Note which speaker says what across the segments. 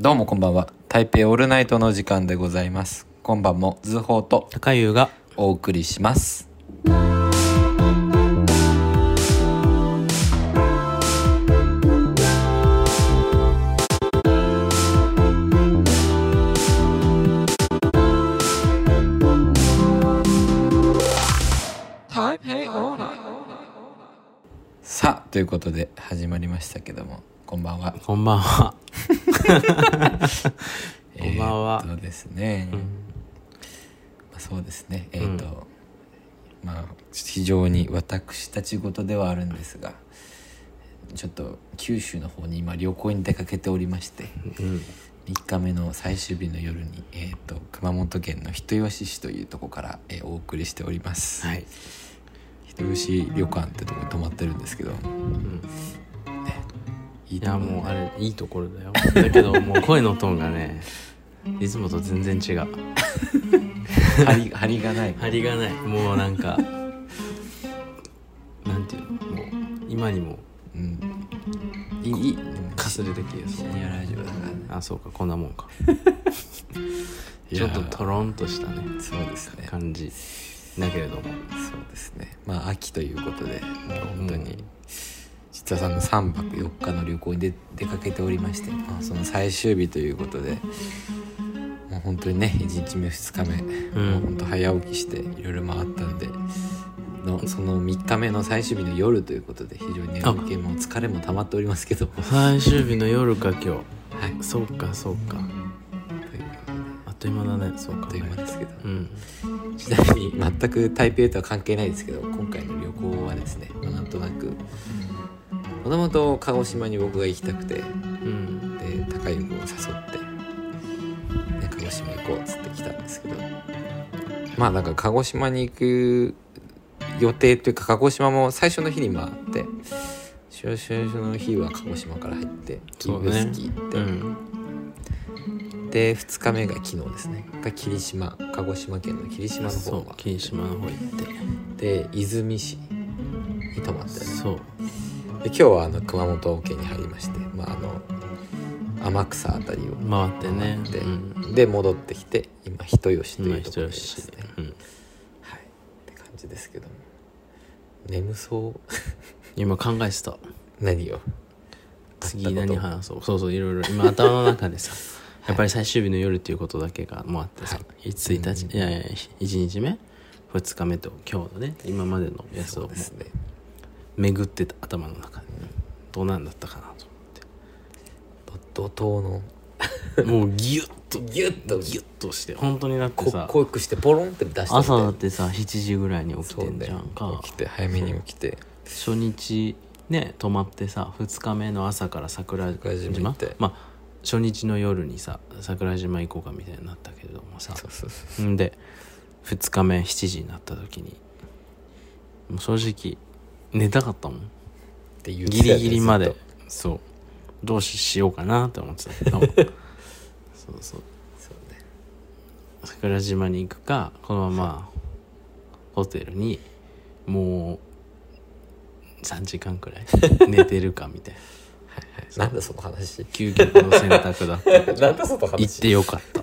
Speaker 1: どうもこんばんは。台北オールナイトの時間でございます。今晩も図報と
Speaker 2: 高優が
Speaker 1: お送りします。さあということで始まりましたけどもこんばんは。
Speaker 2: こんばんは、こんばんは
Speaker 1: えーっとですね、
Speaker 2: うん
Speaker 1: まあそうですねえーっ、と、まあ非常に私たち事ではあるんですがちょっと九州の方に今旅行に出かけておりまして
Speaker 2: うん、
Speaker 1: 3日目の最終日の夜に、えーっと熊本県の人吉市というとこから、えーお送りしております、
Speaker 2: はい、
Speaker 1: 人吉旅館ってとこに泊まってるんですけど
Speaker 2: うん、
Speaker 1: いい
Speaker 2: い
Speaker 1: と
Speaker 2: や
Speaker 1: 思
Speaker 2: もうあれいいところだよだけどもう声のトーンがねいつもと全然違う
Speaker 1: 張り張りがない
Speaker 2: 張りがないもうなんかなんていうのもう今にも
Speaker 1: うんいいいい
Speaker 2: かすれてきて
Speaker 1: 深夜ラジオだからね
Speaker 2: あそうかこんな もんか
Speaker 1: い
Speaker 2: ちょ
Speaker 1: や
Speaker 2: っととろんとしたね
Speaker 1: そうですね
Speaker 2: 感じだけれども
Speaker 1: そうですねまあ秋ということでもう本当
Speaker 2: う
Speaker 1: に
Speaker 2: ん
Speaker 1: 実はその3泊4日の旅行に出出かけておりまして、まあ、その最終日ということでもう本当にね1日目2日目、
Speaker 2: ん
Speaker 1: もう本当早起きしていろいろ回ったんでのその3日目の最終日の夜ということで非常に眠気も疲れも溜まっておりますけども
Speaker 2: 最終日の夜か今
Speaker 1: はい
Speaker 2: 日そうかそう
Speaker 1: と
Speaker 2: か
Speaker 1: いう
Speaker 2: あっという間だねそう
Speaker 1: あ
Speaker 2: か
Speaker 1: っという間ですけど、
Speaker 2: うん
Speaker 1: ちなみに全く台北とは関係ないですけど今回の旅行はですね、まあなんとなくもともと鹿児島に僕が行きたくてで
Speaker 2: うん
Speaker 1: 高湯君を誘って、ね、鹿児島行こうっつって来たんですけどまあなんか鹿児島に行く予定というか鹿児島も最初の日に回って最初の日は鹿児島から入ってキ
Speaker 2: そう
Speaker 1: ーブ
Speaker 2: ね
Speaker 1: スキー行って、
Speaker 2: うん
Speaker 1: で2日目が昨日ですねが霧島鹿児島県の霧島の
Speaker 2: そ
Speaker 1: 方
Speaker 2: う
Speaker 1: が
Speaker 2: 霧島の方行っ
Speaker 1: で泉市に泊まってて
Speaker 2: そう
Speaker 1: で今日はあの熊本県に入りまして、まあ、あの天草あたりを、
Speaker 2: 回ってね
Speaker 1: 回って
Speaker 2: うん
Speaker 1: で戻ってきて今人吉とい
Speaker 2: 今
Speaker 1: うところ
Speaker 2: 人
Speaker 1: で
Speaker 2: 吉
Speaker 1: す
Speaker 2: 市
Speaker 1: ね
Speaker 2: で、うん、
Speaker 1: はいって感じですけども眠そう
Speaker 2: 今考えてた
Speaker 1: 何を
Speaker 2: 次何話そうそうそういろいろ今頭の中で さやっぱり最終日の夜っていうことだけがもうあってさ、
Speaker 1: は
Speaker 2: 1日、いやいや1日目2日目と今日のね今までのやつ
Speaker 1: そ
Speaker 2: を
Speaker 1: うですね
Speaker 2: 巡ってた頭の中でどうなんだったかなと
Speaker 1: ど怒涛の
Speaker 2: 思ってもうギュッと
Speaker 1: ギュッと
Speaker 2: ギュッとして本当にだって
Speaker 1: こ
Speaker 2: さ
Speaker 1: 濃くしてポロンって出してみたい
Speaker 2: 朝だってさ7時ぐらいに起き
Speaker 1: そ
Speaker 2: て
Speaker 1: うんね
Speaker 2: じゃんか
Speaker 1: 起きて早めに起きて
Speaker 2: 初日ね泊まってさ2日目の朝から桜島
Speaker 1: 桜島行って
Speaker 2: まあ初日の夜にさ桜島行こうかみたいになったけれどもさ
Speaker 1: そうそうそうん
Speaker 2: で2日目7時になった時にもう正直寝たかったもん
Speaker 1: って言って
Speaker 2: ギ
Speaker 1: たよ
Speaker 2: リ
Speaker 1: ね
Speaker 2: ギリま
Speaker 1: ず
Speaker 2: で
Speaker 1: っと
Speaker 2: そうどうししようかなって思ってた けどそうそう
Speaker 1: そうね
Speaker 2: 桜島に行くかこのままホテルにもう3時間くらい 寝てるかみたいな
Speaker 1: なんだその話
Speaker 2: 究極の選択だったけど
Speaker 1: なんだその
Speaker 2: 行っ
Speaker 1: 話
Speaker 2: てよかった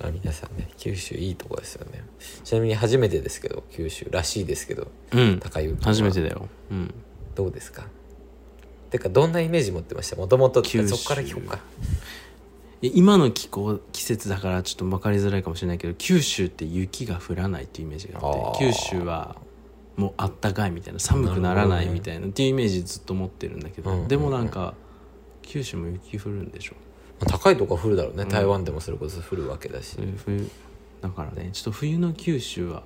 Speaker 1: まあ、皆さんね九州いいとこですよねちなみに初めてですけど九州らしいですけど
Speaker 2: うん
Speaker 1: 高湯君は
Speaker 2: 初めてだよ、うん、
Speaker 1: どうですかてかどんなイメージ持ってましたもともとそ
Speaker 2: 九州
Speaker 1: っから聞こうか
Speaker 2: いや今の気候季節だからちょっと分かりづらいかもしれないけど九州って雪が降らないっていうイメージがあ
Speaker 1: あ
Speaker 2: っ
Speaker 1: ー
Speaker 2: て九州はもうあったかいみたいな寒くならないみたいなっていうイメージずっと持ってるんだけど、
Speaker 1: うんうんうん
Speaker 2: でもなんか九州も雪降るんでしょ
Speaker 1: まあ高いとこは降るだろうね、台湾でもそれこそ降るわけだし、
Speaker 2: そういう冬だからねちょっと冬の九州は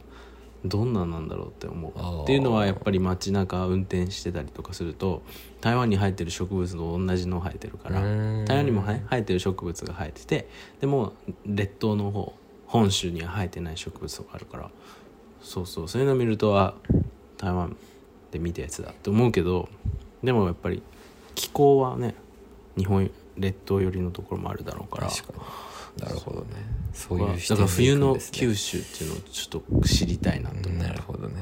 Speaker 2: どんなんなんだろうって思
Speaker 1: あー
Speaker 2: うっていうのはやっぱり街中運転してたりとかすると台湾に生えてる植物と同じの生えてるから
Speaker 1: うーん
Speaker 2: 台湾にも生え生えてる植物が生えててでも列島の方本州には生えてない植物とかあるからそうそうそういうの見るとあ台湾で見たやつだって思うけどでもやっぱり気候はね日本列島寄りのところもあるだろうから。
Speaker 1: 確かになるほどねそういう視
Speaker 2: だ
Speaker 1: 点で
Speaker 2: から冬
Speaker 1: 行くん
Speaker 2: の
Speaker 1: ですね
Speaker 2: 九州っていうのをちょっと知りたいなと
Speaker 1: うん
Speaker 2: 思っ
Speaker 1: な
Speaker 2: て
Speaker 1: るほどね、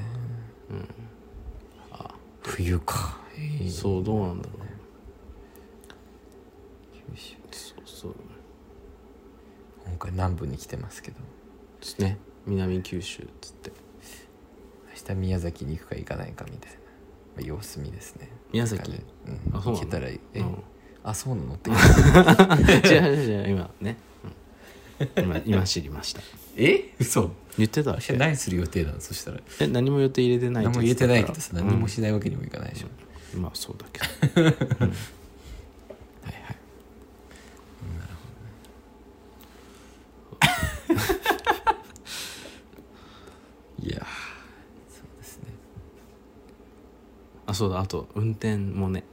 Speaker 1: 冬かいい
Speaker 2: そうどうなんだろうね
Speaker 1: いしょ
Speaker 2: そうそう
Speaker 1: 今回南部に来てますけど
Speaker 2: ですね南九州っつって
Speaker 1: 明日宮崎に行くか行かないかみたいな、まあ、様子見ですね
Speaker 2: 宮崎
Speaker 1: なんかねうん、
Speaker 2: あそう
Speaker 1: 行
Speaker 2: なの
Speaker 1: けたらいいえ、
Speaker 2: うん
Speaker 1: あそうなのって
Speaker 2: 違う違う違う今ね、うん 今今知りました
Speaker 1: え嘘
Speaker 2: 言ってたっ
Speaker 1: 明日
Speaker 2: け
Speaker 1: 何する予定なのそしたら
Speaker 2: え何も予定入れてない
Speaker 1: 何も言えてないけどさ
Speaker 2: うん
Speaker 1: 何もしないわけにもいかないでしょ、
Speaker 2: まあそうだけど
Speaker 1: はいはいなるほどねいやーそうですね
Speaker 2: あそうだあと運転も ね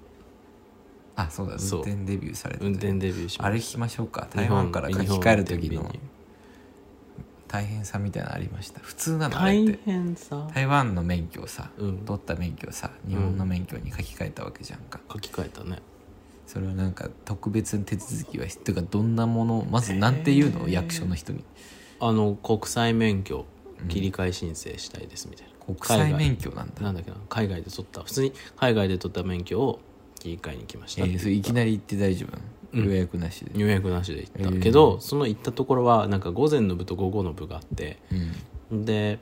Speaker 1: あそうだ
Speaker 2: そ
Speaker 1: 運
Speaker 2: う
Speaker 1: 転デビューされてて
Speaker 2: 運転デビューしました
Speaker 1: あれ聞きましょうか台湾から書き換える時の
Speaker 2: 日
Speaker 1: 大変さみたいなのありました普通な
Speaker 2: 本
Speaker 1: のあれっ
Speaker 2: 大
Speaker 1: て
Speaker 2: 変さ
Speaker 1: 台湾の免許をさ、
Speaker 2: うん
Speaker 1: 取った免許をさ日本の免許に書き換えたわけじゃんか、
Speaker 2: 書き換えたね
Speaker 1: それはなんか特別な手続きはっていうかどんなものまずなんていうの、役所の人に
Speaker 2: あの国際免許切り替え申請したいですみたいな、
Speaker 1: 国際免
Speaker 2: 許
Speaker 1: 許なんだ
Speaker 2: なんだっけな海外で取った普通に海外で取った免許を切り替えに来まし
Speaker 1: え
Speaker 2: たって
Speaker 1: ーそれいきなり行って大丈夫なの、
Speaker 2: うん
Speaker 1: 予約なしで、
Speaker 2: 予約なしで行った
Speaker 1: えー
Speaker 2: けど、その行ったところはなんか午前の部と午後の部があって
Speaker 1: うん
Speaker 2: で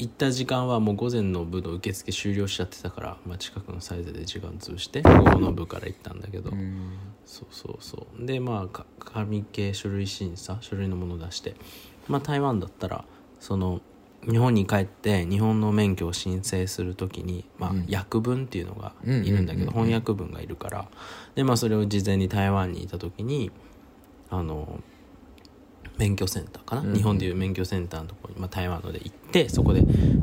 Speaker 2: 行った時間はもう午前の部の受付終了しちゃってたから、まあ、近くのサイズで時間潰して午後の部から行ったんだけど、
Speaker 1: うん
Speaker 2: そうそうそうでまあか紙系書類審査書類のもの出してまあ台湾だったらその日本に帰って日本の免許を申請するときに、まあ
Speaker 1: うん、
Speaker 2: 訳文っていうのが
Speaker 1: うんうんうんうん
Speaker 2: いるんだけど翻訳文がいるからで、まあ、それを事前に台湾にいた時にあの免許センターかな、
Speaker 1: うん
Speaker 2: 日本でいう免許センターのところに、まあ、台湾ので行ってそこで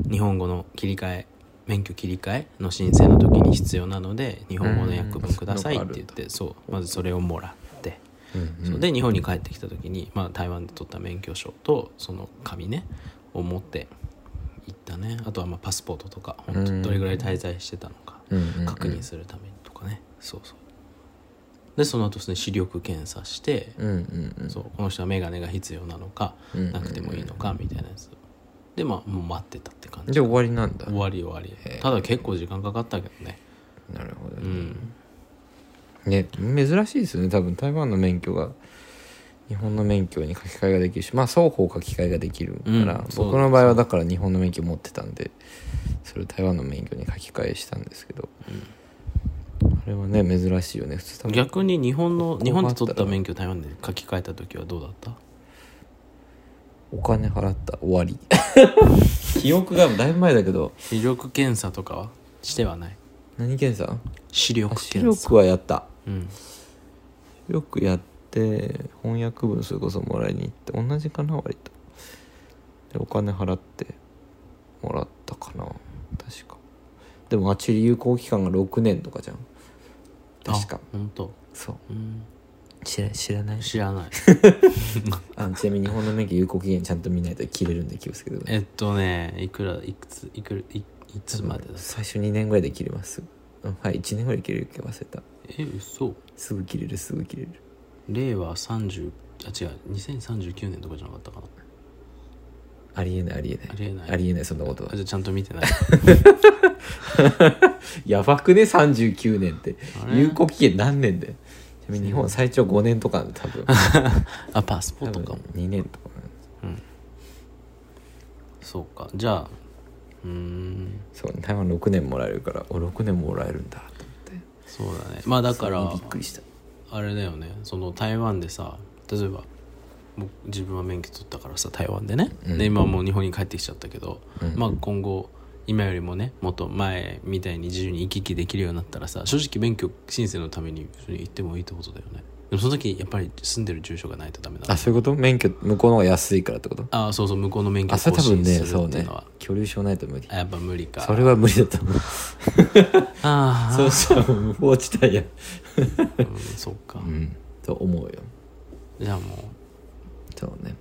Speaker 2: 日本語の切り替え免許切り替えの申請の時に必要なので日本語の訳文くださいって言ってそうまずそれをもらって、
Speaker 1: うん
Speaker 2: そうで日本に帰ってきた時に、まあ、台湾で取った免許証とその紙ねを持って行ったねあとはまあパスポートとか本
Speaker 1: うん
Speaker 2: 当どれぐらい滞在してたのか
Speaker 1: うんうんうん
Speaker 2: 確認するためにとかねそうそうでその後ですね視力検査して、
Speaker 1: うんうんうん
Speaker 2: そうこの人は眼鏡が必要なのか、
Speaker 1: うんうんうん
Speaker 2: なくてもいいのかみたいなやつでまあもう待ってたって感じ
Speaker 1: じゃあ終わりなんだ
Speaker 2: 終わり終わり
Speaker 1: へえ
Speaker 2: ただ結構時間かかったけどね
Speaker 1: なるほど、
Speaker 2: うん
Speaker 1: ね珍しいですよね多分台湾の免許が日本の免許に書き換えができるしまあ双方書き換えができるから、
Speaker 2: うんそう
Speaker 1: 僕の場合はだから日本の免許持ってたんでそれを台湾の免許に書き換えしたんですけど、あれはね珍しいよね普通多分
Speaker 2: 逆に日本の
Speaker 1: ここ
Speaker 2: 日本で取った免許台湾で書き換えた時はどうだった
Speaker 1: お金払った終わり 記憶がだいぶ前だけど
Speaker 2: 視力検査とかはしてはない
Speaker 1: 何検査
Speaker 2: 視力
Speaker 1: あ視
Speaker 2: 検査
Speaker 1: 力はやった
Speaker 2: うん
Speaker 1: よくやって翻訳文それこそもらいに行って同じかな割とでお金払ってもらったかな確かでもあっち有効期間が6年とかじゃん確か
Speaker 2: 本当
Speaker 1: そう
Speaker 2: うん
Speaker 1: 知ら知らない
Speaker 2: 知 らない
Speaker 1: あちなみに日本の免許有効期限ちゃんと見ないと切れるんで気をつけてください
Speaker 2: えっとねいくらいくついくいいつまでだ
Speaker 1: 最初2年ぐらいで切れますうんはい1年ぐらい切れるけ忘れた
Speaker 2: え嘘
Speaker 1: すぐ切れるすぐ切れる
Speaker 2: 令和30あ違う2039年とかじゃなかったかな
Speaker 1: ありえないありえない
Speaker 2: ありえない
Speaker 1: ありえないそんなことは
Speaker 2: あじゃあちゃんと 見てない
Speaker 1: やばくね39年って
Speaker 2: あれ
Speaker 1: 有効期限何年でちなみに日本は最長5年とかなんで多分
Speaker 2: あパスポ
Speaker 1: 多
Speaker 2: ート
Speaker 1: 分
Speaker 2: かも
Speaker 1: 2年とかなんです
Speaker 2: そうかじゃあうーん
Speaker 1: そう台湾6年もらえるからお6年ももらえるんだと思って
Speaker 2: そうだねまあだから
Speaker 1: びっくりした
Speaker 2: あれだよねその台湾でさ例えば僕自分は免許取ったからさ台湾でね、
Speaker 1: うん
Speaker 2: で今もう日本に帰ってきちゃったけど、
Speaker 1: うん
Speaker 2: まあ今後今よりもねもっと前みたいに自由に行き来できるようになったらさ正直免許申請のために普通に行ってもいいってことだよねでもその時やっぱり住んでる住所がないとダメだ
Speaker 1: あそういうこと免許向こうの方が安いからってこと
Speaker 2: あそうそう向こうの免許
Speaker 1: あそれ
Speaker 2: 更
Speaker 1: 多分
Speaker 2: 新
Speaker 1: ね
Speaker 2: する
Speaker 1: そう
Speaker 2: っていう
Speaker 1: ね
Speaker 2: のは、
Speaker 1: 居留証ないと無理
Speaker 2: あやっぱ無理か
Speaker 1: それは無理だと思う
Speaker 2: ああ
Speaker 1: そうしたらもう無法地帯や
Speaker 2: うんそうか、
Speaker 1: うんと思うよ
Speaker 2: じゃあもう
Speaker 1: そうね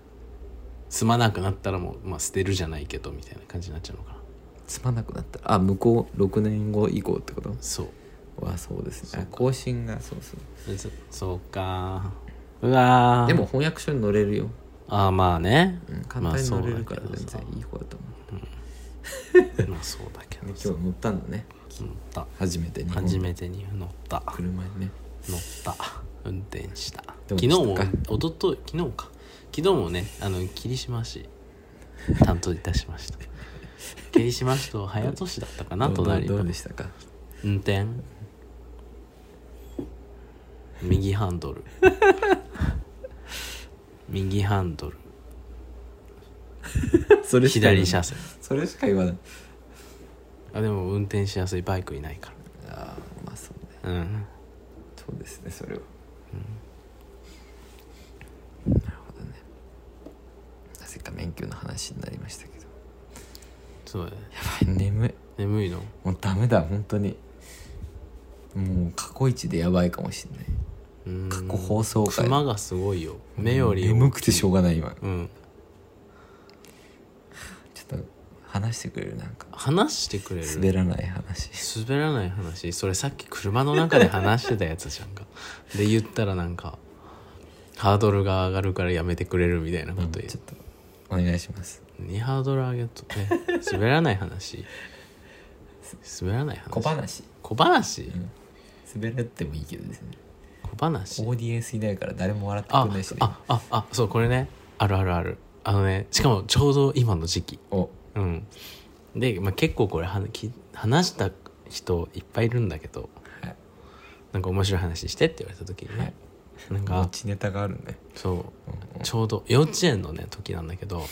Speaker 2: 住まなくなったらもう、まあ、捨てるじゃないけどみたいな感じになっちゃうのかな
Speaker 1: つまなくなったらあ向こう6年後以降ってこと
Speaker 2: そう
Speaker 1: はそうですねあ更新がそうそう
Speaker 2: そそうかうわー
Speaker 1: でも翻訳書に載れるよ
Speaker 2: あーまあね、
Speaker 1: うん簡単に乗れるから
Speaker 2: まあ
Speaker 1: 全
Speaker 2: そうだ
Speaker 1: 然いい方だと思
Speaker 2: けどさまあそうだけ
Speaker 1: う、
Speaker 2: どさ
Speaker 1: 今日乗ったんだね
Speaker 2: 乗った
Speaker 1: 初めてに
Speaker 2: 初めてに乗った
Speaker 1: 車にね
Speaker 2: 乗った運転した
Speaker 1: どう
Speaker 2: 昨
Speaker 1: でし
Speaker 2: 日
Speaker 1: た
Speaker 2: も
Speaker 1: か
Speaker 2: 一昨日昨日か昨日もねあの霧島市担当いたし ました霧島市と早都市だったかな
Speaker 1: どう
Speaker 2: 隣
Speaker 1: ど
Speaker 2: の
Speaker 1: うでしたか
Speaker 2: 運転右ハン ドル右ハンドル
Speaker 1: それしか言わない
Speaker 2: 左車線
Speaker 1: それしか言わない
Speaker 2: あでも運転しやすいバイクいないか
Speaker 1: ああまあそうね
Speaker 2: らうん
Speaker 1: そうですねそれは、なるほどねなぜか免許の話になりましたけど
Speaker 2: そうだね
Speaker 1: やばい眠い
Speaker 2: 眠いの
Speaker 1: もうダメだ本当にもう過去一でやばいかもしれない
Speaker 2: うん
Speaker 1: 過去放送回
Speaker 2: 熊がすごいよ目より
Speaker 1: 眠くてしょうがない今
Speaker 2: うん
Speaker 1: ちょっと話してくれるなんか
Speaker 2: 話してくれる
Speaker 1: 滑らない話
Speaker 2: 滑らない話それさっき車の中で話してたやつじゃん かで言ったらなんかハードルが上がるからやめてくれるみたいなこと言
Speaker 1: ちょっとお願いします
Speaker 2: う、にハードル上げとね滑らな い話滑らない話
Speaker 1: 小話
Speaker 2: 小話
Speaker 1: 滑るってもいいけどですね
Speaker 2: 小話
Speaker 1: オーディエンスいないから誰も笑ってく
Speaker 2: あ
Speaker 1: れないしね
Speaker 2: あああそうこれねあるあるあるあのねしかもちょうど今の時期
Speaker 1: お
Speaker 2: うんで、まあ、結構これはき話した人いっぱいいるんだけど
Speaker 1: はい
Speaker 2: なんか面白い話してって言われた時にね、なん
Speaker 1: 持
Speaker 2: か
Speaker 1: ちネタがあるね
Speaker 2: そう
Speaker 1: うん
Speaker 2: ちょうど幼稚園のね時なんだけど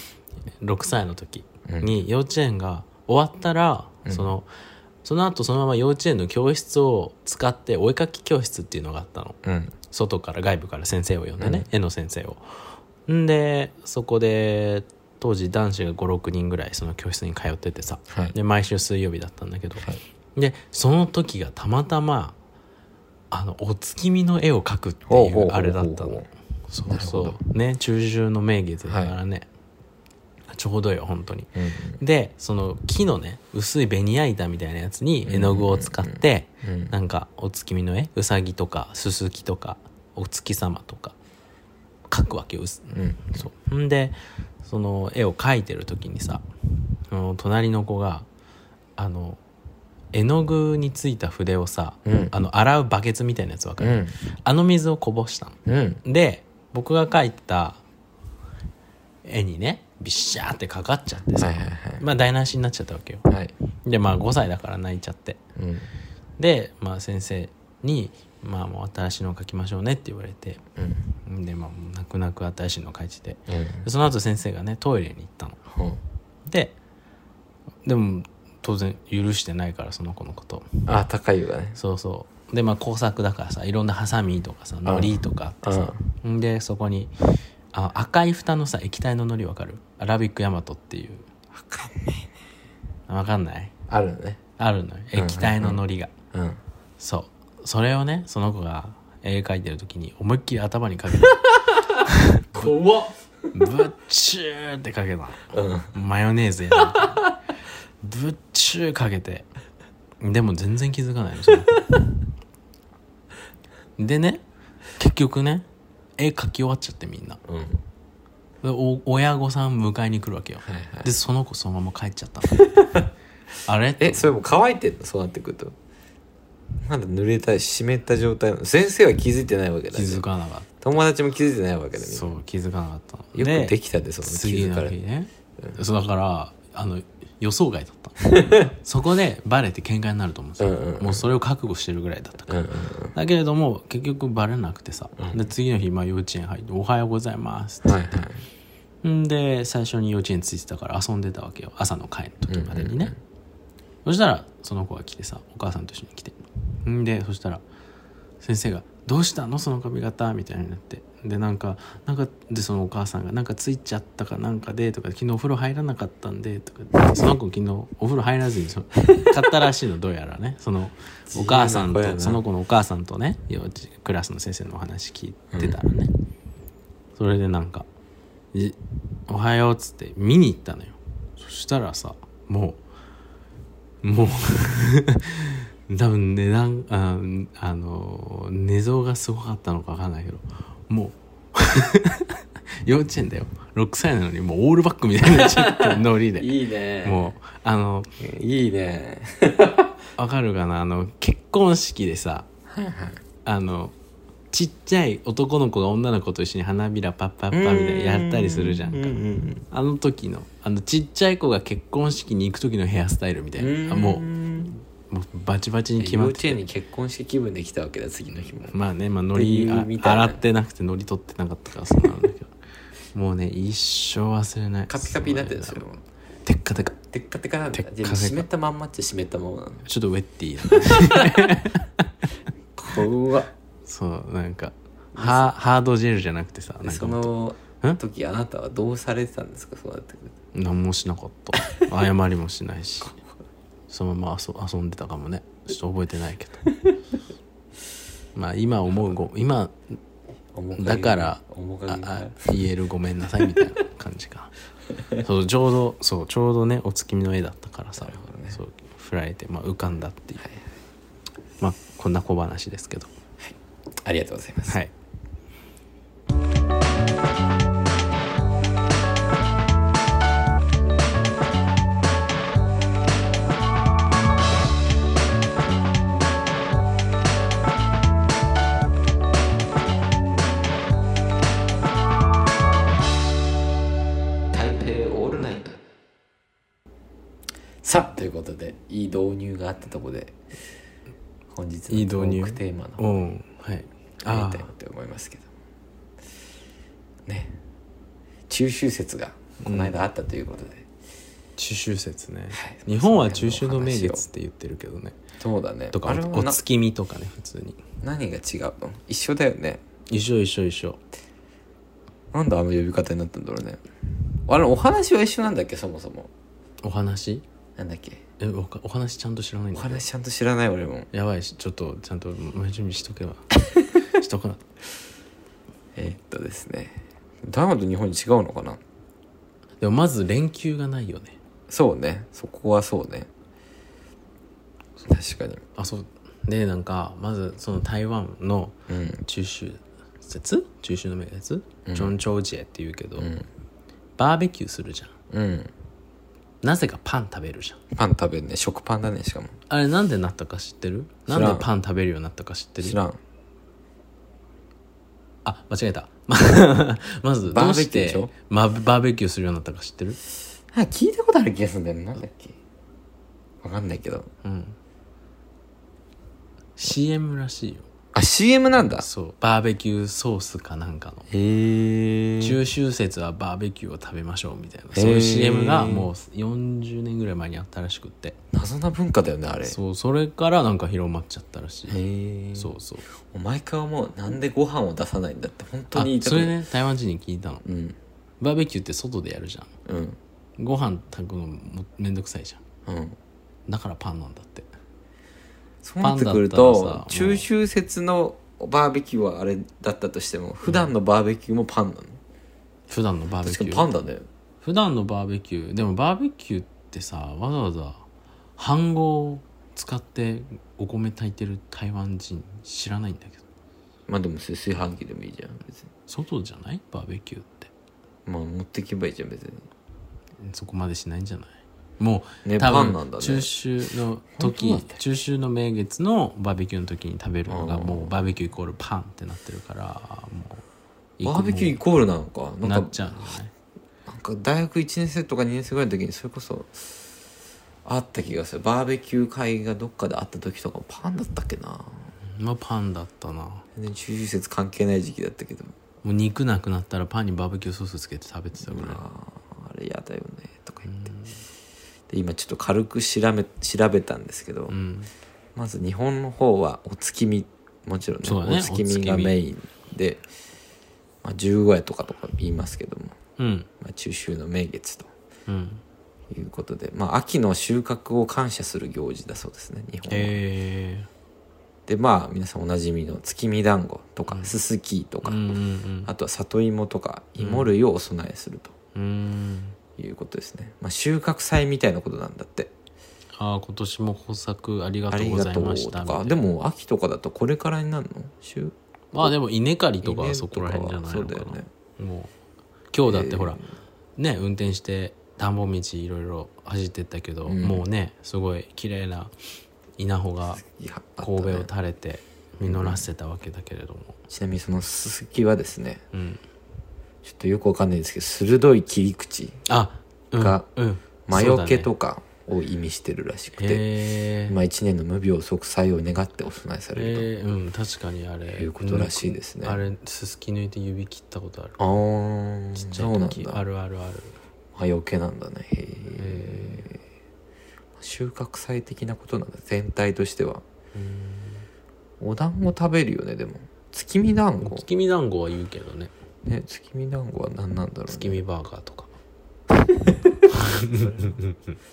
Speaker 2: 6歳の時に幼稚園が終わったら、
Speaker 1: うん
Speaker 2: そのその後そのまま幼稚園の教室を使ってお絵かき教室っていうのがあったの
Speaker 1: うん
Speaker 2: 外から外部から先生を呼んでね、絵の先生を。んでそこで当時男子が56人ぐらいその教室に通っててさ、
Speaker 1: はい
Speaker 2: で毎週水曜日だったんだけど、
Speaker 1: はい
Speaker 2: でその時がたまたまあのお月見の絵を描くっていうあれだった
Speaker 1: ほうほうほう
Speaker 2: の
Speaker 1: ほ
Speaker 2: そう
Speaker 1: なる
Speaker 2: そ
Speaker 1: ほ
Speaker 2: うね中秋の名月だからね、ちょうどよ本当に
Speaker 1: うん
Speaker 2: でその木のね薄いベニヤ板みたいなやつに絵の具を使って、
Speaker 1: うん
Speaker 2: なんかお月見の絵うさぎとかすすきとかお月様とか描くわけようす
Speaker 1: うん
Speaker 2: そうほんでその絵を描いてる時にさその隣の子があの絵の具についた筆をさ、
Speaker 1: うん
Speaker 2: あの洗うバケツみたいなやつわか
Speaker 1: う
Speaker 2: る、
Speaker 1: ん
Speaker 2: あの水をこぼしたの
Speaker 1: うん
Speaker 2: で僕が描いた絵にねビシャーってかかっちゃってさ、
Speaker 1: はいはいはい
Speaker 2: まあ台無しになっちゃったわけよ
Speaker 1: はい
Speaker 2: でまあ5歳だから泣いちゃって
Speaker 1: うん
Speaker 2: で、まあ、先生に「まあ、もう新しいのを描きましょうね」って言われて
Speaker 1: うん
Speaker 2: でまあもう泣く泣く新しいのを描いてて
Speaker 1: うん
Speaker 2: でその後先生がねトイレに行ったの
Speaker 1: ほう
Speaker 2: ででも当然許してないからその子のこと
Speaker 1: あ高いよね
Speaker 2: そうそうでまあ工作だからさいろんなハサミとかさ糊とかあってさんでそこにあ赤い蓋のさ液体の糊わかるアラビックヤマトっていう
Speaker 1: わかんない
Speaker 2: わかんない
Speaker 1: あるね
Speaker 2: あるのよ液体の糊が、
Speaker 1: うん
Speaker 2: そうそれをねその子が絵描いてる時に思いっきり頭にかけ た
Speaker 1: 怖っ
Speaker 2: ぶっちゅーってかけたの
Speaker 1: うん
Speaker 2: マヨネーズやなぶっちゅうかけてでも全然気づかないのその子でね結局ね絵描き終わっちゃってみんな
Speaker 1: うんはい
Speaker 2: でお親御さん迎えに来るわけよ
Speaker 1: はい
Speaker 2: でその子そのまま帰っちゃったの あれ
Speaker 1: えそれもう乾いてんのそうなってくるとまだ濡れた湿った状態なの先生は気づいてないわけだ
Speaker 2: 気
Speaker 1: ね
Speaker 2: づかなかっ
Speaker 1: 友達も気づいてないわけ
Speaker 2: た
Speaker 1: だね
Speaker 2: そう気づかなかったの
Speaker 1: よくで
Speaker 2: た
Speaker 1: きたでその気
Speaker 2: 次
Speaker 1: づ
Speaker 2: の
Speaker 1: かれ
Speaker 2: 日
Speaker 1: て
Speaker 2: ね、そうだからあの予想外だった のそこでバレて喧嘩になると思うんですよ、
Speaker 1: うんうんうん
Speaker 2: もうそれを覚悟してるぐらいだったか
Speaker 1: う
Speaker 2: ら
Speaker 1: んうんうん
Speaker 2: だけれども結局バレなくてさ、で次の日、まあ、幼稚園入って「おはようございます」
Speaker 1: はいはい
Speaker 2: ってんで最初に幼稚園着いてたから遊んでたわけよ朝の会の時までにね、そしたらその子が来てさお母さんと一緒に来てんでそしたら先生が「どうしたのその髪型」みたいになってでなんかなんかでそのお母さんが「なんかついちゃったかなんかで」とか「昨日お風呂入らなかったんで」とかその子昨日お風呂入らずにそ 買ったらしいのどうやらねそのお母さん
Speaker 1: 自由な子や
Speaker 2: と
Speaker 1: な
Speaker 2: その子のお母さんとね幼稚クラスの先生のお話聞いてたらね、それでなんか「いおはよう」っつって見に行ったのよそしたらさもうもう 多分値段ああの寝相がすごかったのか分かんないけどもう 幼稚園だよ6歳なのにもうオールバックみたいになっちゃってノリで
Speaker 1: いいね
Speaker 2: もうあの
Speaker 1: ういい ね
Speaker 2: わかるかなあの結婚式でさあのちっちゃい男の子が女の子と一緒に花びらパッパッパみたいなやったりするじゃんか
Speaker 1: ううん
Speaker 2: あの時のあのちっちゃい子が結婚式に行く時のヘアスタイルみたい
Speaker 1: うん
Speaker 2: なあもうもうバチバチに決
Speaker 1: 幼
Speaker 2: まっ
Speaker 1: 稚
Speaker 2: て
Speaker 1: 園に
Speaker 2: て
Speaker 1: 結婚式気分できたわけだ次の日も
Speaker 2: まあねまあノリ
Speaker 1: っていう
Speaker 2: あ
Speaker 1: みたいな
Speaker 2: 洗ってなくてノリ取ってなかったからそうなんだ けどもうね一生忘れない
Speaker 1: カピカピになってるんですよ
Speaker 2: テッカテカ
Speaker 1: テッカテカなんだ
Speaker 2: テッカテ
Speaker 1: じゃ
Speaker 2: カ
Speaker 1: あ湿ったまんまっちゃ湿ったままなの
Speaker 2: ちょっとウェッティーな
Speaker 1: 怖っ
Speaker 2: そうなんかハハードジェルじゃなくてさなん
Speaker 1: そ
Speaker 2: かもっと
Speaker 1: の
Speaker 2: ん
Speaker 1: 時あなたはどうされてたんですかそうなってくる
Speaker 2: 何もしなかった謝りもしないしそのまま遊遊んでたかもねちょっと覚えてない けどまあ今思うご今
Speaker 1: と面影が
Speaker 2: だから
Speaker 1: 面
Speaker 2: あ
Speaker 1: 影
Speaker 2: あ
Speaker 1: が
Speaker 2: 言えるごめんなさいみたいな感 じかそうちょうどそうちょうどねお月見の絵だったからさ、
Speaker 1: なるほどね
Speaker 2: そう振られて、まあ、浮かんだっていう、まあこんな小話ですけど
Speaker 1: ありがとうございます
Speaker 2: はい
Speaker 1: 台北オールナイトさあということでいい導入があったところで本日
Speaker 2: いい
Speaker 1: の
Speaker 2: 導
Speaker 1: ト
Speaker 2: 入
Speaker 1: ークテーマの
Speaker 2: う
Speaker 1: 方に
Speaker 2: んはい
Speaker 1: 入
Speaker 2: あ
Speaker 1: りたいなと思いますけどね中秋節がこの間あったということで、
Speaker 2: 中秋節ね、
Speaker 1: はい
Speaker 2: 日本は中秋の名月って言ってるけどね
Speaker 1: そうだね
Speaker 2: とか
Speaker 1: あれは
Speaker 2: お
Speaker 1: な
Speaker 2: 月見とかね普通に
Speaker 1: 何が違うの一緒だよね
Speaker 2: 一緒一緒一緒
Speaker 1: なんであの呼び方になったんだろうねあれお話は一緒なんだっけそもそも
Speaker 2: お話
Speaker 1: なんだっけ
Speaker 2: えおかお話ちゃんと知らないん
Speaker 1: お
Speaker 2: だけど
Speaker 1: 話ちゃんと知らない俺も
Speaker 2: やばいしちょっとちゃんと前準備し とけばしとかな
Speaker 1: えーっとですね台湾と日本に違うのかな
Speaker 2: でもまず連休がないよね
Speaker 1: そうねそこはそうね確かに
Speaker 2: あそうでなんかまずその台湾の
Speaker 1: うん
Speaker 2: 中秋節中秋の名月、
Speaker 1: うん
Speaker 2: ジョン・チョウジエっていうけど、
Speaker 1: うん
Speaker 2: バーベキューするじゃん
Speaker 1: うん
Speaker 2: なぜかパン食べるじゃん
Speaker 1: パン食べるね食パンだねしかも
Speaker 2: あれなんでなったか知ってる
Speaker 1: 知ら
Speaker 2: なんんでパン食べるようになったか知ってる
Speaker 1: 知らん
Speaker 2: あ間 違えたまずど
Speaker 1: バ
Speaker 2: う
Speaker 1: ーベ
Speaker 2: し
Speaker 1: キューでしてょ
Speaker 2: まバーベキューするようになったか知ってる
Speaker 1: あ聞いたことある気がするんだよななんだっけわかんないけど
Speaker 2: うん CM らしいよ
Speaker 1: あ CM なんだ
Speaker 2: そうバーベキューソースかなんかの
Speaker 1: へえ
Speaker 2: 中秋節はバーベキューを食べましょうみたい
Speaker 1: へ
Speaker 2: な
Speaker 1: ー
Speaker 2: そういう CM がもう40年ぐらい前にあったらしくって
Speaker 1: 謎な文化だよねあれ
Speaker 2: そうそれからなんか広まっちゃったらしい
Speaker 1: へえ
Speaker 2: そうそう
Speaker 1: 毎回思うなんでご飯を出さないんだって本当
Speaker 2: あ
Speaker 1: に言いたく
Speaker 2: そ
Speaker 1: な
Speaker 2: れ
Speaker 1: い
Speaker 2: ね台湾人に聞いたの
Speaker 1: うん
Speaker 2: バーベキューって外でやるじゃん
Speaker 1: うん
Speaker 2: ご飯炊くのもめんどくさいじゃん
Speaker 1: うん
Speaker 2: だからパンなんだって
Speaker 1: そうなってくる
Speaker 2: パンだったら
Speaker 1: と
Speaker 2: さ
Speaker 1: 中秋節のバーベキューはあれだったとしても普段のバーベキューもパンなの、
Speaker 2: 普段のバーベ
Speaker 1: 確か
Speaker 2: キュ
Speaker 1: に
Speaker 2: ー
Speaker 1: パンだね
Speaker 2: 普段のバーベキューでもバーベキューってさわざわざ飯盒を使ってお米炊いてる台湾人知らないんだけど
Speaker 1: まあでも炊飯器でもいいじゃん別に
Speaker 2: 外じゃないバーベキューって
Speaker 1: まあ持ってけばいいじゃん別に
Speaker 2: そこまでしないんじゃないもう、
Speaker 1: ね
Speaker 2: 多
Speaker 1: パンなんだ
Speaker 2: 分
Speaker 1: ね
Speaker 2: 中秋の
Speaker 1: 本当
Speaker 2: 時、
Speaker 1: だね
Speaker 2: 中秋の名月のバーベキューの時に食べるのが
Speaker 1: うん
Speaker 2: もうバーベキューイコールパンってなってるからもう
Speaker 1: バーベキューイコールなのか
Speaker 2: な
Speaker 1: なん
Speaker 2: っ
Speaker 1: か
Speaker 2: ちゃうんじゃない
Speaker 1: なんか大学1年生とか2年生ぐらいの時にそれこそあった気がするバーベキュー会がどっかであった時とかもパンだったっけな
Speaker 2: まあパンだったなも
Speaker 1: 全然中秋節関係ない時期だったけど
Speaker 2: う肉なくなったらパンにバーベキューソースつけて食べてたぐらい、
Speaker 1: あーあれやだよねとか言って、で今ちょっと軽く調べ調べたんですけど、
Speaker 2: うん、
Speaker 1: まず日本の方はお月見もちろんね
Speaker 2: そうだね
Speaker 1: お月
Speaker 2: お
Speaker 1: 見
Speaker 2: 月見
Speaker 1: がメインで、まあ、十五夜とかとか言いますけども、
Speaker 2: うん
Speaker 1: まあ、中秋の名月と
Speaker 2: うん
Speaker 1: いうことで、まあ、秋の収穫を感謝する行事だそうですね日本は、
Speaker 2: え
Speaker 1: でまあ皆さんおなじみの月見団子とかすすきと
Speaker 2: ー、
Speaker 1: か、
Speaker 2: うんうん
Speaker 1: あとは里芋とか芋類をお供えすると。
Speaker 2: うんうん
Speaker 1: いうことですね、まあ、収穫祭みたいなことなんだって
Speaker 2: ああ今年も豊作ありが
Speaker 1: あ
Speaker 2: とう
Speaker 1: り
Speaker 2: ご
Speaker 1: が
Speaker 2: ざい
Speaker 1: と
Speaker 2: ま
Speaker 1: う
Speaker 2: し
Speaker 1: と
Speaker 2: た
Speaker 1: か
Speaker 2: み
Speaker 1: で
Speaker 2: たいな
Speaker 1: も秋とかだとこれからになるの収
Speaker 2: まあでも稲刈りとかはそこら辺じゃない
Speaker 1: そ
Speaker 2: の
Speaker 1: うだ
Speaker 2: か
Speaker 1: よ
Speaker 2: な
Speaker 1: ね
Speaker 2: もう今日だってほら、
Speaker 1: え
Speaker 2: ね運転して田んぼ道いろいろ走ってったけど、
Speaker 1: うん
Speaker 2: もうねすごい綺麗な稲穂が
Speaker 1: いやあったね
Speaker 2: 神戸を垂れて、実らせたわけだけれども、
Speaker 1: ちなみにそのススキはですね
Speaker 2: うん、
Speaker 1: ちょっとよくわかんないですけど鋭い切り口
Speaker 2: あ、うん、
Speaker 1: が
Speaker 2: うん、
Speaker 1: 魔除け
Speaker 2: そう
Speaker 1: とかを意味してるらしく
Speaker 2: だね
Speaker 1: て、
Speaker 2: へー
Speaker 1: まあ、1年の無病息災を願ってお供えされる
Speaker 2: えーうん確かにあれ
Speaker 1: ということらしいですね、
Speaker 2: あれすすき抜いて指切ったことある
Speaker 1: あー
Speaker 2: ちっちゃ
Speaker 1: そう
Speaker 2: い
Speaker 1: なん
Speaker 2: 時あ
Speaker 1: だ
Speaker 2: るあるある
Speaker 1: 魔除けなんだねへえ
Speaker 2: え
Speaker 1: 収穫祭的なことなんだ全体としては
Speaker 2: ーうん
Speaker 1: お団子食べるよねでも月見団子
Speaker 2: 月見団子は言うけどね
Speaker 1: ね月見団子は何なんだろう、ね、
Speaker 2: 月見バーガーとか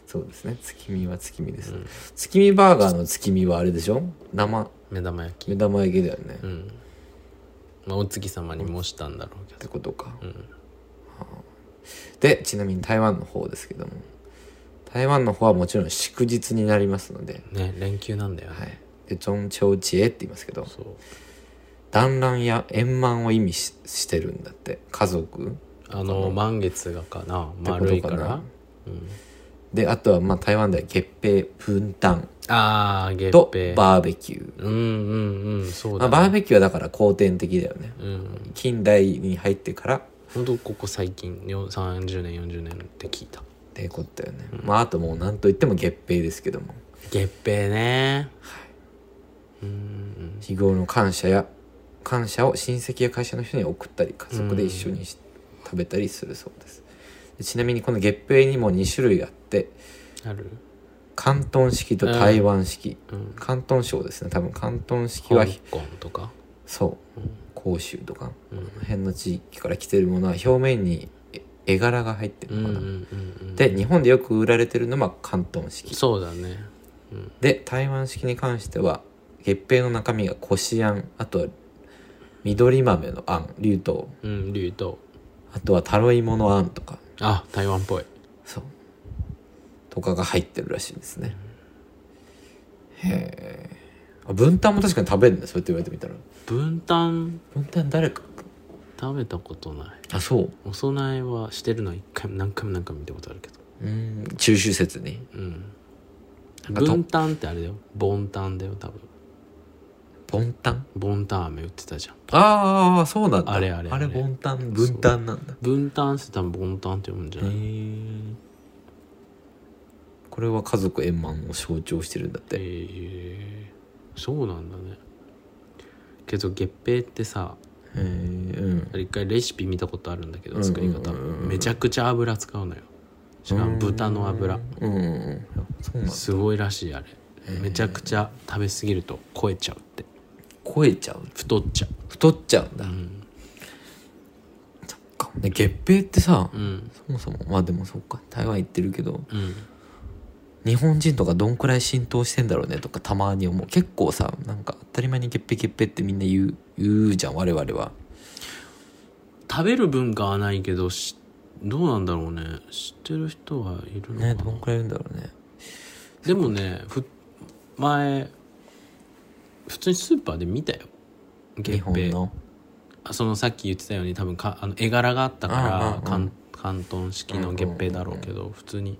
Speaker 1: そうですね月見は月見です、月見バーガーの月見はあれでしょ生
Speaker 2: 目玉焼き
Speaker 1: 目玉焼きだよね、
Speaker 2: う
Speaker 1: っ
Speaker 2: んまあお月様に模したんだろうけ
Speaker 1: て
Speaker 2: ど
Speaker 1: ことか
Speaker 2: うん
Speaker 1: でちなみに台湾の方ですけども台湾の方はもちろん祝日になりますので、
Speaker 2: ね連休なんだよね、
Speaker 1: はい、でジョン・チョウチエって言いますけど
Speaker 2: そう
Speaker 1: 団らんや円満を意味ししてるんだって家族
Speaker 2: あの満月がかな
Speaker 1: てことかな
Speaker 2: 丸いからうん、
Speaker 1: であとはまあ台湾では月餅分担
Speaker 2: ああ月
Speaker 1: と
Speaker 2: 餅
Speaker 1: バーベキュー、
Speaker 2: うんうんうんそう
Speaker 1: ま
Speaker 2: だ、
Speaker 1: あ、
Speaker 2: ね
Speaker 1: バーベキューはだから後天的だよね
Speaker 2: うん
Speaker 1: 近代に入ってからっ
Speaker 2: 本当ここ最近よ30年40年って聞いた
Speaker 1: てことだよね、まああともう何といっても月餅ですけども
Speaker 2: 月餅ねうーん
Speaker 1: 日頃の感謝や感謝を親戚や会社の人に送ったり家族で一緒にし食べたりするそうですでちなみにこの月餅にも2種類あって
Speaker 2: ある
Speaker 1: 広東式と台湾式、
Speaker 2: うん
Speaker 1: 広東省ですね多分広東式はひ
Speaker 2: 香港とか
Speaker 1: そう広州とか、この辺の地域から来てるものは表面に絵絵柄が入って
Speaker 2: う
Speaker 1: る
Speaker 2: んう
Speaker 1: の
Speaker 2: んう
Speaker 1: か
Speaker 2: ん
Speaker 1: な、
Speaker 2: うん
Speaker 1: で日本でよく売られてるのは広東式
Speaker 2: そうだねうん
Speaker 1: で台湾式に関しては月餅の中身がこしあんあとは緑豆のあん竜頭
Speaker 2: うん竜と
Speaker 1: あとはタロイモのあんとか
Speaker 2: あ台湾っぽい
Speaker 1: そうとかが入ってるらしいですねへえ分担も確かに食べるねそうやって言われてみたら
Speaker 2: 分担
Speaker 1: 分担誰か
Speaker 2: 食べたことない
Speaker 1: あそう
Speaker 2: お供えはしてるのは一回も何回も何回も見たことあるけど
Speaker 1: うん中秋節に
Speaker 2: うん
Speaker 1: なんかと
Speaker 2: 分担ってあれだよ凡ンだよ多分
Speaker 1: 凡担
Speaker 2: 凡ン飴売ってたじゃん
Speaker 1: ああそうなんだ
Speaker 2: あれあれ
Speaker 1: あれ
Speaker 2: あれ
Speaker 1: 凡担分担なんだ
Speaker 2: 分担って多分凡ンって読むんじゃない
Speaker 1: えこれは家族円満を象徴してるんだって
Speaker 2: ええそうなんだねけど月餅ってさ
Speaker 1: へえうん
Speaker 2: あれ一回レシピ見たことあるんだけ
Speaker 1: う
Speaker 2: ど
Speaker 1: ん
Speaker 2: 作り方
Speaker 1: うんうんうん
Speaker 2: めちゃくちゃ油使うのよしかも豚の油
Speaker 1: うんうんうんそうなんだ
Speaker 2: すごいらしいあれめちゃくちゃ食べ過ぎると超えちゃうって
Speaker 1: 超えちゃう
Speaker 2: 太っちゃ
Speaker 1: 太っちゃうんだ
Speaker 2: ううん、
Speaker 1: かで月餅ってさ、
Speaker 2: うん
Speaker 1: そもそもまあでもそっか台湾行ってるけど
Speaker 2: うん、
Speaker 1: 日本人とかどんくらい浸透してんだろうねとかたまに思う結構さなんか当たり前に月餅月餅ってみんな言う言うじゃん我々は
Speaker 2: 食べる文化はないけどしどうなんだろうね知ってる人はいるのかな、
Speaker 1: ねどんくらいいるんだろうね
Speaker 2: でもねふ前普通にスーパーで見たよ
Speaker 1: 日
Speaker 2: 月
Speaker 1: 本
Speaker 2: 餅
Speaker 1: の
Speaker 2: あそのさっき言ってたように多分かあの絵柄があった
Speaker 1: うんうんう
Speaker 2: か
Speaker 1: ん
Speaker 2: ら関関東式の月餅だろうけど普通に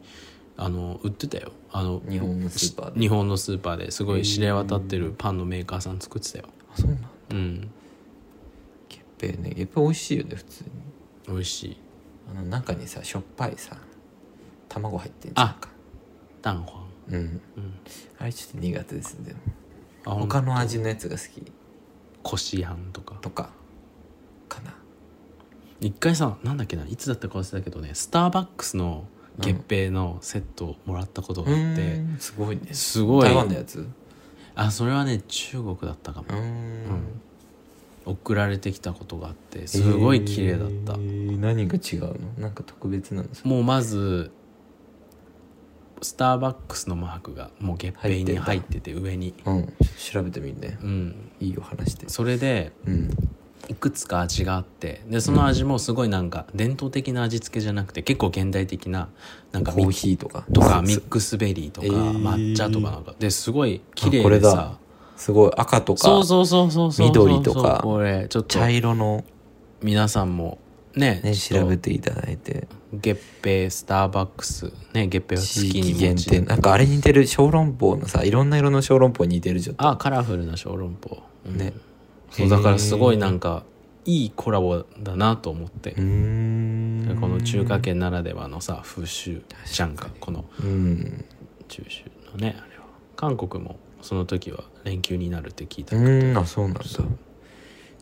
Speaker 2: あの売ってたよあの
Speaker 1: 日本のスーパーで
Speaker 2: 日本のスーパーですごい知れ渡ってるパンのメーカーさん作ってたよ
Speaker 1: あそうなん
Speaker 2: うん
Speaker 1: 月餅ね月餅美味しいよね普通に
Speaker 2: 美味しい
Speaker 1: あの中にさしょっぱいさ卵入ってんじゃんか
Speaker 2: 蛋黄
Speaker 1: うん、
Speaker 2: うん
Speaker 1: あれちょっと苦手ですねでも
Speaker 2: あほん
Speaker 1: 他の味のやつが好き
Speaker 2: こしあんとか
Speaker 1: とかかな
Speaker 2: 一回さなんだっけないつだったか忘れたけどねスターバックスの月餅のセットをもらったことがあって、
Speaker 1: うんすごいね
Speaker 2: すごい
Speaker 1: 台湾のやつう
Speaker 2: あそれはね中国だったかも
Speaker 1: ーん
Speaker 2: 送られてきたことがあってすごい綺麗だった、
Speaker 1: えー何が違うのなんか特別なのそれ
Speaker 2: もうまずスターバックスのマークがもう月餅に入ってて上に
Speaker 1: うん調べてみるね
Speaker 2: うん
Speaker 1: いいよ話して
Speaker 2: それで
Speaker 1: うん
Speaker 2: いくつか味があってでその味もすごいなんか伝統的な味付けじゃなくて結構現代的ななんか
Speaker 1: コ
Speaker 2: ミ
Speaker 1: ー
Speaker 2: ッ
Speaker 1: ヒーとか
Speaker 2: とかミ
Speaker 1: す
Speaker 2: ックスベリーとか
Speaker 1: えー
Speaker 2: 抹茶とかなんかですごい綺
Speaker 1: あこれ
Speaker 2: 麗で
Speaker 1: だ
Speaker 2: さ
Speaker 1: すごい赤とか
Speaker 2: そうそうそうそうそう
Speaker 1: 緑とか
Speaker 2: これちょっと
Speaker 1: 茶色の
Speaker 2: 皆さんもね
Speaker 1: ね
Speaker 2: ちょっ
Speaker 1: 調
Speaker 2: と
Speaker 1: べていただいて
Speaker 2: 月餅スターバックスね月餅
Speaker 1: 地
Speaker 2: は好き
Speaker 1: 域
Speaker 2: に
Speaker 1: 限
Speaker 2: 持ち
Speaker 1: 定なんかあれ似てる小籠包のさいろんな色の小籠包に似てるじゃん
Speaker 2: あカラフルな小籠包、
Speaker 1: ね
Speaker 2: そうだからすごい
Speaker 1: な
Speaker 2: なんかいいコラボだなと思って
Speaker 1: う、ーん
Speaker 2: この中華圏ならではのさ風習じゃんかこの
Speaker 1: うん
Speaker 2: 中秋のねあれは韓国もその時は連休になるって聞いた
Speaker 1: う
Speaker 2: けど
Speaker 1: ーんあそうなんだ
Speaker 2: そう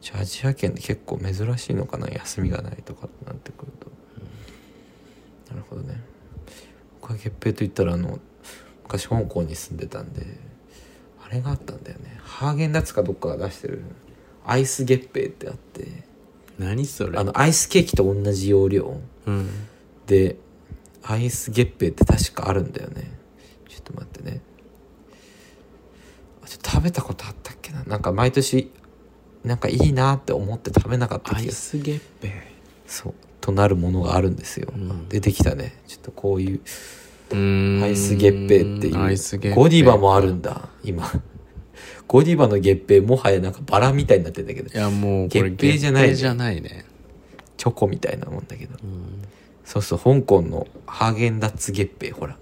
Speaker 1: じゃあアジア圏で結構珍しいのかな休みがないとかってなってくると、なるほどね僕は月平と言ったらあの昔香港に住んでたんであれがあったんだよねハーゲンダッツかどっかが出してるアイス月平ってあって
Speaker 2: 何それ
Speaker 1: あのアイスケーキと同じ容量
Speaker 2: うん
Speaker 1: でアイス月餅って確かあるんだよねちょっと待ってねあちょっと食べたことあったっけななんか毎年なんかいいなって思って食べなかった
Speaker 2: ア
Speaker 1: 気
Speaker 2: イ
Speaker 1: がす
Speaker 2: ス月餅
Speaker 1: るそうとなるものがあるんですよ、
Speaker 2: うん
Speaker 1: 出てきたねちょっとこういう
Speaker 2: うーん
Speaker 1: アイス月餅っていう
Speaker 2: アイス月餅
Speaker 1: ゴディバもあるんだ今ゴディバの月餅もはやなんかバラみたいになってんだけど
Speaker 2: いやもうこれ
Speaker 1: 月餅じゃないね
Speaker 2: 月餅じゃないね
Speaker 1: チョコみたいなもんだけど
Speaker 2: うん
Speaker 1: そうそう香港のハーゲンダッツ月餅ほら
Speaker 2: へ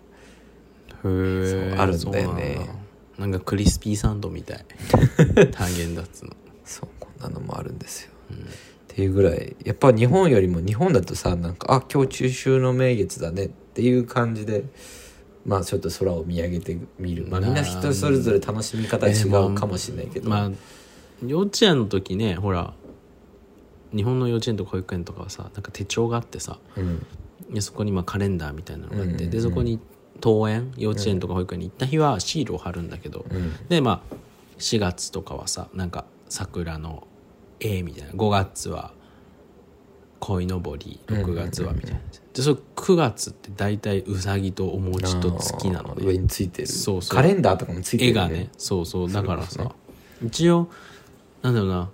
Speaker 1: そ
Speaker 2: え
Speaker 1: うあるんだよね
Speaker 2: なんだなんかクリスピーサンド みたいターゲンダッツの
Speaker 1: そうこんなのもあるんですよ、っていうぐらいやっぱ日本よりも日本だとさなんか「あ今日中秋の名月だね」っていう感じでまあちょっと空を見上げてみるまあみんな人それぞれ楽しみ方違うかもしれないけど、
Speaker 2: まあ幼稚園の時ねほら日本の幼稚園とか保育園とかはさなんか手帳があってさ
Speaker 1: うん
Speaker 2: でそこにまあカレンダーみたいなのがあっ
Speaker 1: うん
Speaker 2: て、
Speaker 1: うんうん
Speaker 2: でそこに登園幼稚園とか保育園に行った日はシールを貼るんだけど、
Speaker 1: うん
Speaker 2: でまあ4月とかはさなんか桜の絵みたいな5月は鯉のぼり6月はみたいな、でそれ9月って大体うさぎとお餅と月なの
Speaker 1: あー上
Speaker 2: で
Speaker 1: についてる
Speaker 2: そうそう
Speaker 1: カレンダーとかもついて
Speaker 2: 絵
Speaker 1: る
Speaker 2: がねそうそうだからさ、一応なんだろうな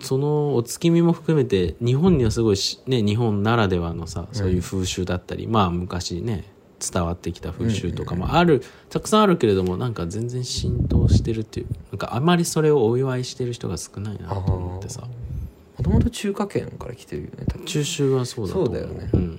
Speaker 2: そのお月見も含めて日本にはすごいし、ね、日本ならではのさそういう風習だったり、まあ昔ね伝わってきた風習とかもある、たくさんあるけれどもなんか全然浸透してるっていうなんかあまりそれをお祝いしてる人が少ないなと思ってさ
Speaker 1: もともと中華圏から来てるよね多分
Speaker 2: 中秋はそうだと思う
Speaker 1: そうだよね
Speaker 2: うん、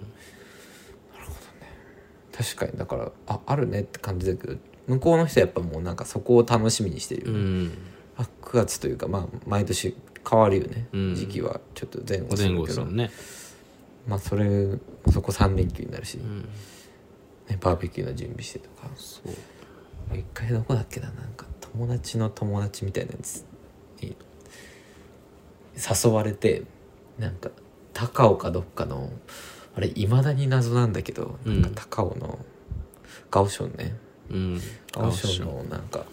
Speaker 1: 確かにだからああるねって感じだけど向こうの人はやっぱもうなんかそこを楽しみにしてるよね、
Speaker 2: うん、
Speaker 1: あ9月というかまあ毎年変わるよね、
Speaker 2: うん
Speaker 1: 時期はちょっと前後す
Speaker 2: 前
Speaker 1: る
Speaker 2: 後
Speaker 1: け
Speaker 2: す
Speaker 1: ど
Speaker 2: るね、
Speaker 1: まあそれそこ3連休になるし、
Speaker 2: うん、
Speaker 1: ね、バーベキューの準備してとか
Speaker 2: そう
Speaker 1: 一回どこだっけななんか友達の友達みたいなやつに誘われてなんか高尾かどっかのあれいまだに謎なんだけど、
Speaker 2: うん
Speaker 1: なんか高尾のガオションね
Speaker 2: うん
Speaker 1: ガオションのなんか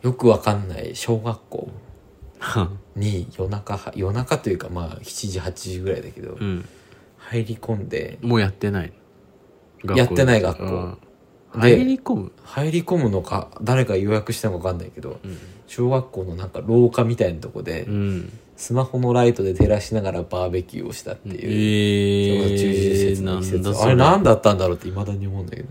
Speaker 1: よくわかんない小学校
Speaker 2: ガオション
Speaker 1: に夜中は夜中というかまあ7時8時ぐらいだけど、
Speaker 2: うん
Speaker 1: 入り込んで
Speaker 2: もうやってない
Speaker 1: やってない学校
Speaker 2: うん
Speaker 1: で
Speaker 2: 入り込む
Speaker 1: 入り込むのか誰が予約したのか分かんないけど
Speaker 2: うん
Speaker 1: 小学校のなんか廊下みたいなとこで、
Speaker 2: うん
Speaker 1: スマホのライトで照らしながらバーベキューをしたっていう、
Speaker 2: え
Speaker 1: 小学中秋節の
Speaker 2: な
Speaker 1: 季
Speaker 2: ん
Speaker 1: 節
Speaker 2: だそ
Speaker 1: あ
Speaker 2: れ
Speaker 1: れ
Speaker 2: なん
Speaker 1: 何だったんだろうっていまだに思うんだけど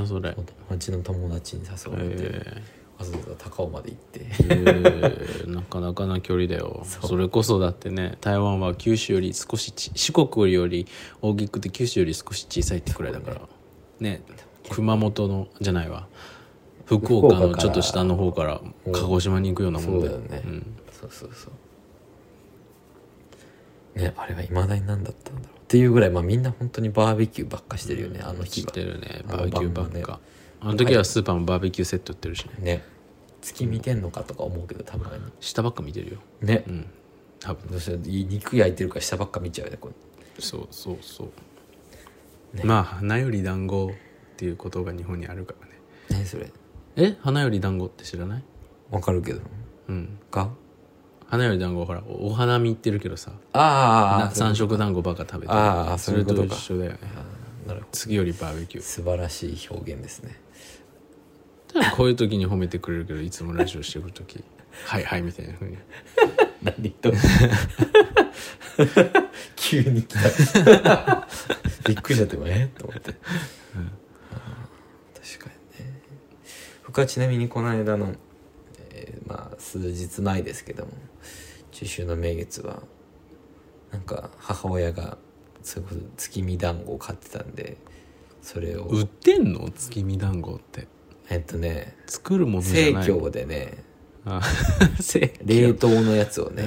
Speaker 2: だそれ
Speaker 1: 友達の友達に誘われて、
Speaker 2: え
Speaker 1: わざわざ高尾まで行って
Speaker 2: ーなかなかな距離だよそれこそだってね台湾は九州より少しち四国より大きくて九州より少し小さいってくらいだからね熊本のじゃないわ福
Speaker 1: 福
Speaker 2: 岡
Speaker 1: 岡
Speaker 2: の
Speaker 1: から
Speaker 2: ちょっと下の方から鹿児島に行くようなもんだよ
Speaker 1: そうだよね
Speaker 2: ん
Speaker 1: そうそうそうねあれはいまだに何だったんだろうっていうぐらい、まあ、みんな本当にバーベキューばっかしてるよね、あの
Speaker 2: 知
Speaker 1: 日
Speaker 2: っ
Speaker 1: は
Speaker 2: てるね
Speaker 1: あの
Speaker 2: バーベキューばっ
Speaker 1: 晩も
Speaker 2: か
Speaker 1: ね
Speaker 2: あの時はスーパーもバーベキューセット売ってるしね
Speaker 1: ね月見てんのかとか思うけどたまに
Speaker 2: 下ばっか見てるよ
Speaker 1: ね、
Speaker 2: うん多分
Speaker 1: どうせ肉焼いてるから下ばっか見ちゃうよねこれ
Speaker 2: そうそうそう、まあ花より団子っていうことが日本にあるからね
Speaker 1: 何それ
Speaker 2: え花より団子って知らない
Speaker 1: わかるけど
Speaker 2: うん
Speaker 1: が
Speaker 2: 花より団子はほらおお花見行ってるけどさ
Speaker 1: あ
Speaker 2: な
Speaker 1: ああ
Speaker 2: 三色団子ばっか食べてる
Speaker 1: ああそういうこと
Speaker 2: れ
Speaker 1: か
Speaker 2: と一緒だよね
Speaker 1: あなるほ
Speaker 2: 次よりバーベキュ
Speaker 1: ど
Speaker 2: ー
Speaker 1: 素晴らしい表現ですね
Speaker 2: ただこういう時に褒めてくれるけどいつもラジオしてる 時はいはいみたいなふうに
Speaker 1: 何と 急に来た びっくりしちゃってえっと思って、あー確かにね僕はちなみにこの間の、えーまあ数日前ですけども中秋の名月はなんか母親がそれこそ月見団子を買ってたんでそれを
Speaker 2: 売ってんの月見団子って
Speaker 1: えっとね
Speaker 2: 作るものじゃ
Speaker 1: 生
Speaker 2: ない
Speaker 1: 協でね
Speaker 2: あ
Speaker 1: 冷凍のやつをね、
Speaker 2: へ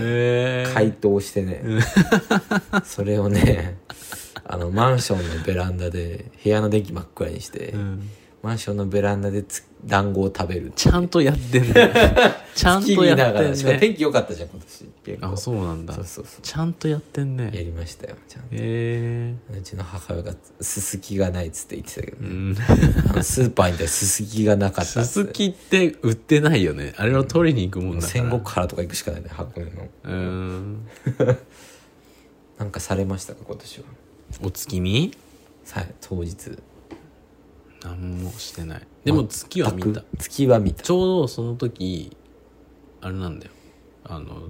Speaker 2: え
Speaker 1: 解凍してね、 それをねあのマンションのベランダで部屋の電気真っ暗にして、
Speaker 2: うん
Speaker 1: マンションのベランダでつ団子を食べる
Speaker 2: ちゃんとやってん ねちゃんと
Speaker 1: 月
Speaker 2: や
Speaker 1: 見なが
Speaker 2: ってん
Speaker 1: らしかも
Speaker 2: ね
Speaker 1: 天気良かったじゃん今年結構
Speaker 2: あそうなんだ
Speaker 1: そうそうそ
Speaker 2: ちゃんとやってん
Speaker 1: うや
Speaker 2: ね
Speaker 1: りましたよちゃんと
Speaker 2: へえ
Speaker 1: うちの母親がすすきがないっつって言ってたけど、
Speaker 2: う
Speaker 1: ね
Speaker 2: ん
Speaker 1: あのスーパーに行ったらすすきがなかった
Speaker 2: す
Speaker 1: っつっ
Speaker 2: す
Speaker 1: て
Speaker 2: きって売ってないよねあれを取りに行くもんだから
Speaker 1: 戦国原とか行くしかないね箱根の
Speaker 2: うん
Speaker 1: なんかされましたか今年は
Speaker 2: お月見
Speaker 1: さ当日
Speaker 2: 何もしてないでも月は見た
Speaker 1: 月は見た
Speaker 2: ちょうどその時あれなんだよあの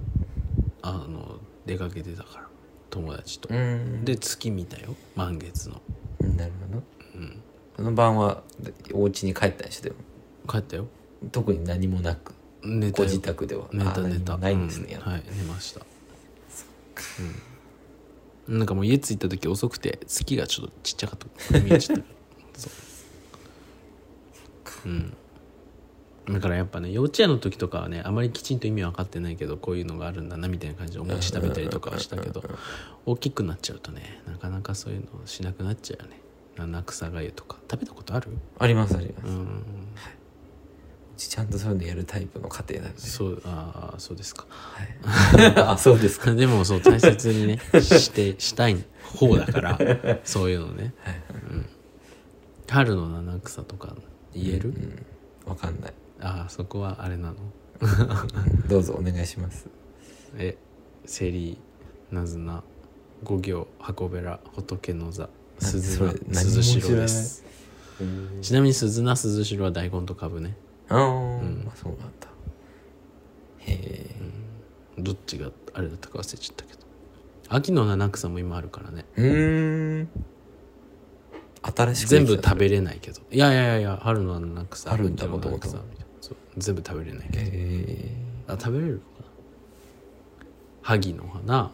Speaker 2: あの出かけてたから友達と
Speaker 1: うん
Speaker 2: で月見たよ満月の
Speaker 1: なるほど、この晩はお家に帰ったりしても
Speaker 2: 帰ったよ
Speaker 1: 特に何もなく
Speaker 2: 寝た
Speaker 1: ご
Speaker 2: よ
Speaker 1: 自宅では
Speaker 2: 寝た
Speaker 1: あ
Speaker 2: 寝
Speaker 1: 何
Speaker 2: た
Speaker 1: もないんですね、
Speaker 2: うんはい寝ましたうん、なんかもう家着いた時遅くて月がちょっとちっちゃかった見えちゃった そううんだからやっぱね幼稚園の時とかはねあまりきちんと意味分かってないけどこういうのがあるんだなみたいな感じでお餅食べたりとかはしたけど大きくなっちゃうとねなかなかそういうのしなくなっちゃうよね七草がゆとか食べたことある
Speaker 1: ありますあります、
Speaker 2: う
Speaker 1: うんちちゃんとそういうのやるタイプの家庭なん で、
Speaker 2: そうああそうですか
Speaker 1: はい、あそうですか
Speaker 2: でもそう大切にねしてしたい方だから そういうのね、うん春の七草とか言える、
Speaker 1: うんわかんない
Speaker 2: ああそこはあれなの
Speaker 1: どうぞお願いします
Speaker 2: えセリナズナ五行箱べら仏の座鈴
Speaker 1: それ
Speaker 2: 名
Speaker 1: 何も
Speaker 2: 鈴
Speaker 1: 知ら
Speaker 2: 代
Speaker 1: ない
Speaker 2: ですちなみに鈴名鈴代は大根と株ね
Speaker 1: あー、まあそうなんだへえ、
Speaker 2: どっちがあれだったか忘れちゃったけど秋の七草も今あるからね
Speaker 1: うーん新しく
Speaker 2: 全部食べれないけどいやいやいやいや春の七草
Speaker 1: あるんだ
Speaker 2: も
Speaker 1: 元々
Speaker 2: 全部食べれないけ
Speaker 1: へ
Speaker 2: ど
Speaker 1: え
Speaker 2: あ食べれるのかな萩の花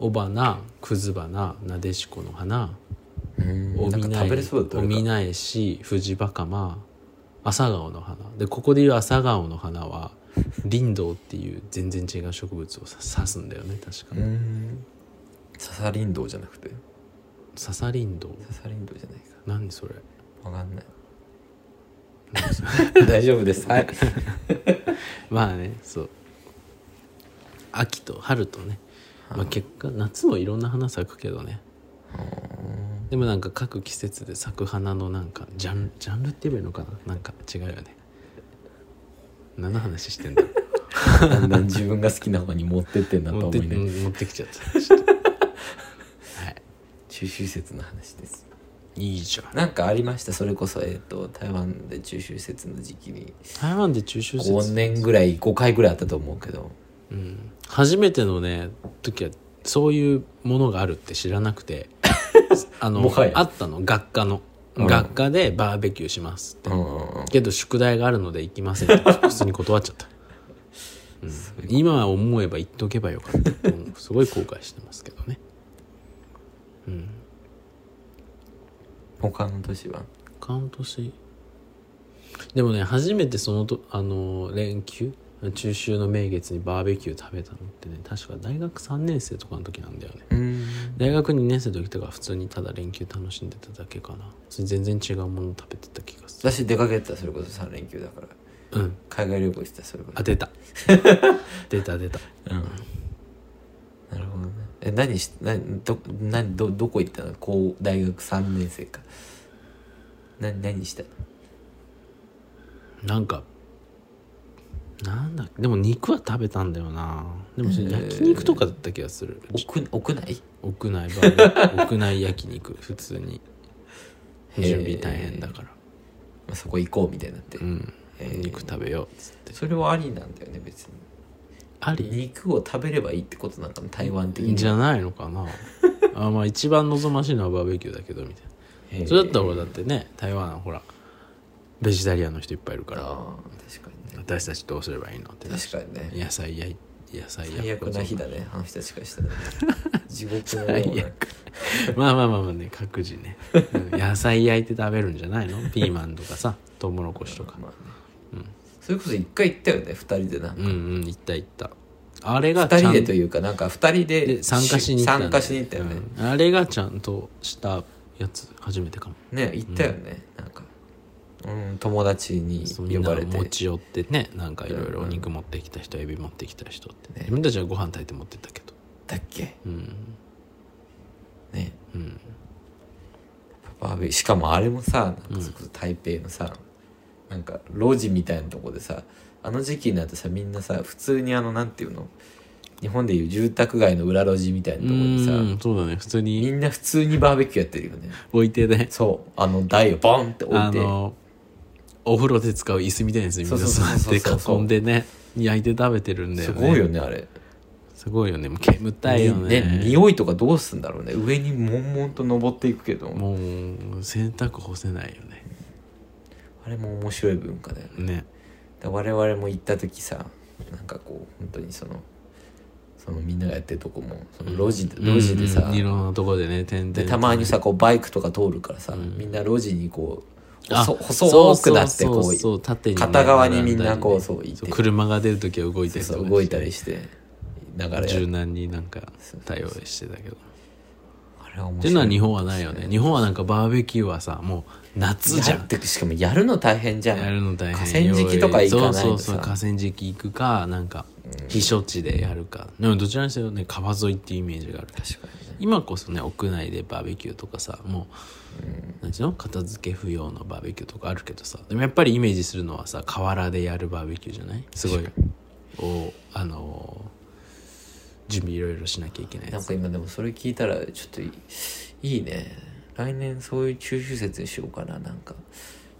Speaker 2: 雄花くず花なでしこの花
Speaker 1: うん
Speaker 2: お
Speaker 1: なん
Speaker 2: み
Speaker 1: か
Speaker 2: な
Speaker 1: 食べれそうだった
Speaker 2: おみなえし藤バカマ朝顔の花でここでいう朝顔の花は林道っていう全然違う植物をさ指すんだよね確か
Speaker 1: うーん笹林道じゃなくて
Speaker 2: 笹林道
Speaker 1: 笹林道じゃないか
Speaker 2: 何それ
Speaker 1: わかんない 大丈夫ですはい
Speaker 2: まあねそう秋と春とね、まあ、結果夏もいろんな花咲くけどねでもなんか各季節で咲く花のなんかジャンジャンルって言えばいいのかななんか違うよね何の話してんだ
Speaker 1: だんだん自分が好 きな方に持ってってんだと
Speaker 2: 持
Speaker 1: 思
Speaker 2: って
Speaker 1: いね
Speaker 2: うん持ってきちゃったちょっとはい
Speaker 1: 中秋節の話です
Speaker 2: いいじゃん
Speaker 1: なんかありましたそれこそえっ、と台湾で中秋節の時期に
Speaker 2: 台湾で中秋
Speaker 1: 5
Speaker 2: 節、
Speaker 1: 年ぐらい5回ぐらいあったと思うけど
Speaker 2: うん、初めてのね時はそういうものがあるって知らな くてあの
Speaker 1: もはや
Speaker 2: あったの学科の、
Speaker 1: うん
Speaker 2: 学科でバーベキューしますって
Speaker 1: うんうんうん
Speaker 2: けど宿題があるので行きませんって 普通に断っちゃった、うん、今思えば言っとけばよかったと思うすごい後悔してますけどねうん
Speaker 1: 他の年は
Speaker 2: カウントしでもね初めてそのとあの連休中秋の名月にバーベキュー食べたのってね確か大学3年生とかの時なんだよね
Speaker 1: うん
Speaker 2: 大学2年生の時とかは普通にただ連休楽しんでただけかなそれ全然違うもの食べてた気が する
Speaker 1: 私出かけてたそれこそ3連休だから
Speaker 2: うん
Speaker 1: 海外旅行してたそれこ
Speaker 2: あ
Speaker 1: そ
Speaker 2: 出た出た出た
Speaker 1: うんなるほどねえ何し何ど何どどこ行ったのこう大学3年生か何何したの
Speaker 2: なんかなんだでも肉は食べたんだよなでもそれ焼肉とかだった気がする、
Speaker 1: 屋屋内
Speaker 2: 屋内 バーベ屋内焼肉普通に
Speaker 1: へー
Speaker 2: 準備大変だから、
Speaker 1: まあそこ行こうみたいになって、
Speaker 2: うん
Speaker 1: へー
Speaker 2: 肉食べようっつって
Speaker 1: それはありなんだよね別に
Speaker 2: あり
Speaker 1: 肉を食べればいいってことなんかな台湾的に
Speaker 2: じゃないのかな あまあ一番望ましいのはバーベキューだけどみた
Speaker 1: へ
Speaker 2: い
Speaker 1: ー
Speaker 2: なそれだったらほらだってね台湾はほらベジタリアンの人いっぱいいるから
Speaker 1: あー確かにね
Speaker 2: 私たちどうすればいいのって
Speaker 1: 確かにね
Speaker 2: 野菜やい野菜
Speaker 1: 最
Speaker 2: 焼く
Speaker 1: 悪な日だねあの人たちから したら、ね、地獄のよう
Speaker 2: 最
Speaker 1: な
Speaker 2: 悪 まあまあまあまあね各自ねうん野菜焼いて食べるんじゃないのピーマンとかさトウモロコシとか
Speaker 1: まあね、それこそ一回行ったよね二人でなん
Speaker 2: う
Speaker 1: か、
Speaker 2: んうん行った行ったあれが
Speaker 1: 二
Speaker 2: ちゃ
Speaker 1: 人
Speaker 2: ん
Speaker 1: でというかなんか二人で
Speaker 2: で参加しに行ったんだ
Speaker 1: 参加しに行ったよね、
Speaker 2: うんあれがちゃんとしたやつ初めてかも
Speaker 1: ね行ったよね、なんかうん友達に
Speaker 2: そうみ
Speaker 1: 呼
Speaker 2: んな
Speaker 1: ばれて
Speaker 2: 持ち寄ってねなんかいろいろ
Speaker 1: うん
Speaker 2: お
Speaker 1: うん
Speaker 2: 肉持ってきた人エビ持ってきた人って、
Speaker 1: ね
Speaker 2: 自分たちはご飯炊いて持ってったけど
Speaker 1: だっけ
Speaker 2: うん
Speaker 1: ね
Speaker 2: うん
Speaker 1: バーベキューしかもあれもさなん
Speaker 2: う
Speaker 1: か
Speaker 2: ん
Speaker 1: それこそ台北のさ、なんか路地みたいなとこでさあの時期になるとさみんなさ普通にあのなんていうの日本でいう住宅街の裏路地みたいなとこにさ
Speaker 2: うんそうだね普通
Speaker 1: み
Speaker 2: に
Speaker 1: んな普通にバーベキューやってるよね
Speaker 2: 置いてね
Speaker 1: そうあの台をボンって置い
Speaker 2: あ
Speaker 1: て
Speaker 2: のお風呂で使う椅子みたいなやつにみんな座
Speaker 1: そうそうそうそう
Speaker 2: って囲んでね焼いて食べてるんだよ
Speaker 1: す
Speaker 2: ね
Speaker 1: ごいよねあれ
Speaker 2: すごいよねもう煙たいよね
Speaker 1: 匂いとかどうすんだろうね上にもんもんと登っていくけど
Speaker 2: もう洗濯干せないよね
Speaker 1: あれも面白い文化だよね
Speaker 2: ね
Speaker 1: で我々も行った時さなんかこう本当にそのそのみんながやってるとこもその路地で路地でさ、
Speaker 2: うんうんいろんなとこでね点々
Speaker 1: で
Speaker 2: と
Speaker 1: たまにさこうバイクとか通るからさ、みんな路地にこう
Speaker 2: あ
Speaker 1: 細細くなってこう
Speaker 2: そうそうそう縦にね
Speaker 1: 片側にみんなこう
Speaker 2: 並
Speaker 1: そ
Speaker 2: だ
Speaker 1: う
Speaker 2: りね
Speaker 1: いて
Speaker 2: 車が出る時は動いたりと
Speaker 1: そ
Speaker 2: か
Speaker 1: う
Speaker 2: ね
Speaker 1: 動いたりして流れ
Speaker 2: 柔
Speaker 1: や
Speaker 2: 軟になんか
Speaker 1: そうそう
Speaker 2: 対応してたけど
Speaker 1: あれは面
Speaker 2: っていう
Speaker 1: 白
Speaker 2: のはい日本はないよね日本はなんかバーベキューはさもう夏じゃ
Speaker 1: やっ
Speaker 2: ん
Speaker 1: てくしかもやるの大変じゃん
Speaker 2: やるの大変
Speaker 1: 河川敷とか行かないとさ
Speaker 2: そうそうそう河川敷行くかなんか避暑地でやるかでもどちらにせよね川沿いっていうイメージがある
Speaker 1: 確かにね
Speaker 2: 今こそね屋内でバーベキューとかさもう、なんちゅうの片付け不要のバーベキューとかあるけどさでもやっぱりイメージするのはさ河原でやるバーベキューじゃないすごいおあのー準備いろいろしなきゃいけない
Speaker 1: な
Speaker 2: や
Speaker 1: ん
Speaker 2: つ
Speaker 1: か今でもそれ聞いたらちょっといいいいね来年そういう中秋節にしようかななんか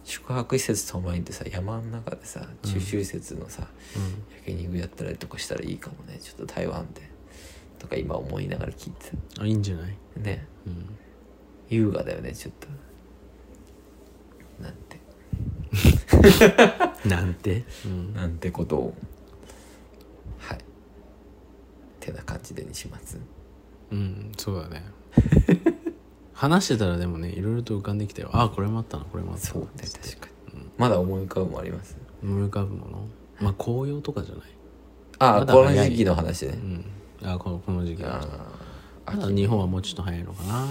Speaker 1: 宿泊施設泊まりに行ってさ山の中でさ中秋節のさ、焼肉やったりとかしたらいいかもねちょっと台湾でとか今思いながら聞いて
Speaker 2: あいいんじゃない、
Speaker 1: たね
Speaker 2: うん、
Speaker 1: 優雅だよねちょっとなんて
Speaker 2: なんて、うん、
Speaker 1: なんてことをはいてな感じでにします
Speaker 2: うんそうだね 話してたらでもねいろいろと浮かんできたよああこれもあったなこれもあったな
Speaker 1: そうね確かに、まだ思い浮かぶもあります
Speaker 2: 思い浮かぶものまあ紅葉とかじゃない
Speaker 1: あ
Speaker 2: ま
Speaker 1: あ
Speaker 2: だ
Speaker 1: この
Speaker 2: 早い
Speaker 1: 時期の話ね
Speaker 2: うんあーこのこの時期
Speaker 1: あ
Speaker 2: だまだ日本はもうちょっと早いのかな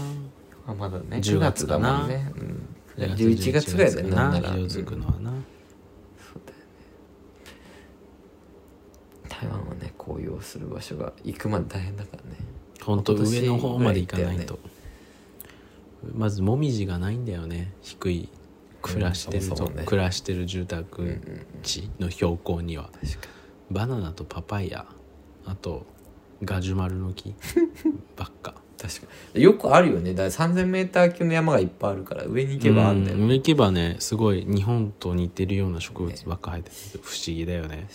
Speaker 1: あまだね
Speaker 2: 10
Speaker 1: 10
Speaker 2: 月
Speaker 1: 月
Speaker 2: だ
Speaker 1: だ
Speaker 2: も
Speaker 1: も
Speaker 2: ん
Speaker 1: ん
Speaker 2: ね
Speaker 1: ね、うん、11月ぐらいだよねなんなら、う
Speaker 2: 色
Speaker 1: ん
Speaker 2: づくのはな、
Speaker 1: 台湾はね紅葉する場所が行くまで大変だからね
Speaker 2: ほんと
Speaker 1: 今年
Speaker 2: 上の方まで行かない
Speaker 1: ぐらい行
Speaker 2: と、まずもみじがないんだよね低い暮らして
Speaker 1: うん
Speaker 2: る、
Speaker 1: そもそもね
Speaker 2: 暮らしてる住
Speaker 1: うんう
Speaker 2: 宅
Speaker 1: ん
Speaker 2: 地の標高には、
Speaker 1: 確か
Speaker 2: バナナとパパイヤあとガジュマルの 木ばっか
Speaker 1: に確かによくあるよねだから 3000m 級の山がいっぱいあるから上に行けばあるんだよ
Speaker 2: う
Speaker 1: ね、
Speaker 2: ん行けばねすごい日本と似てるような植物ばっか生えてて不思議だよね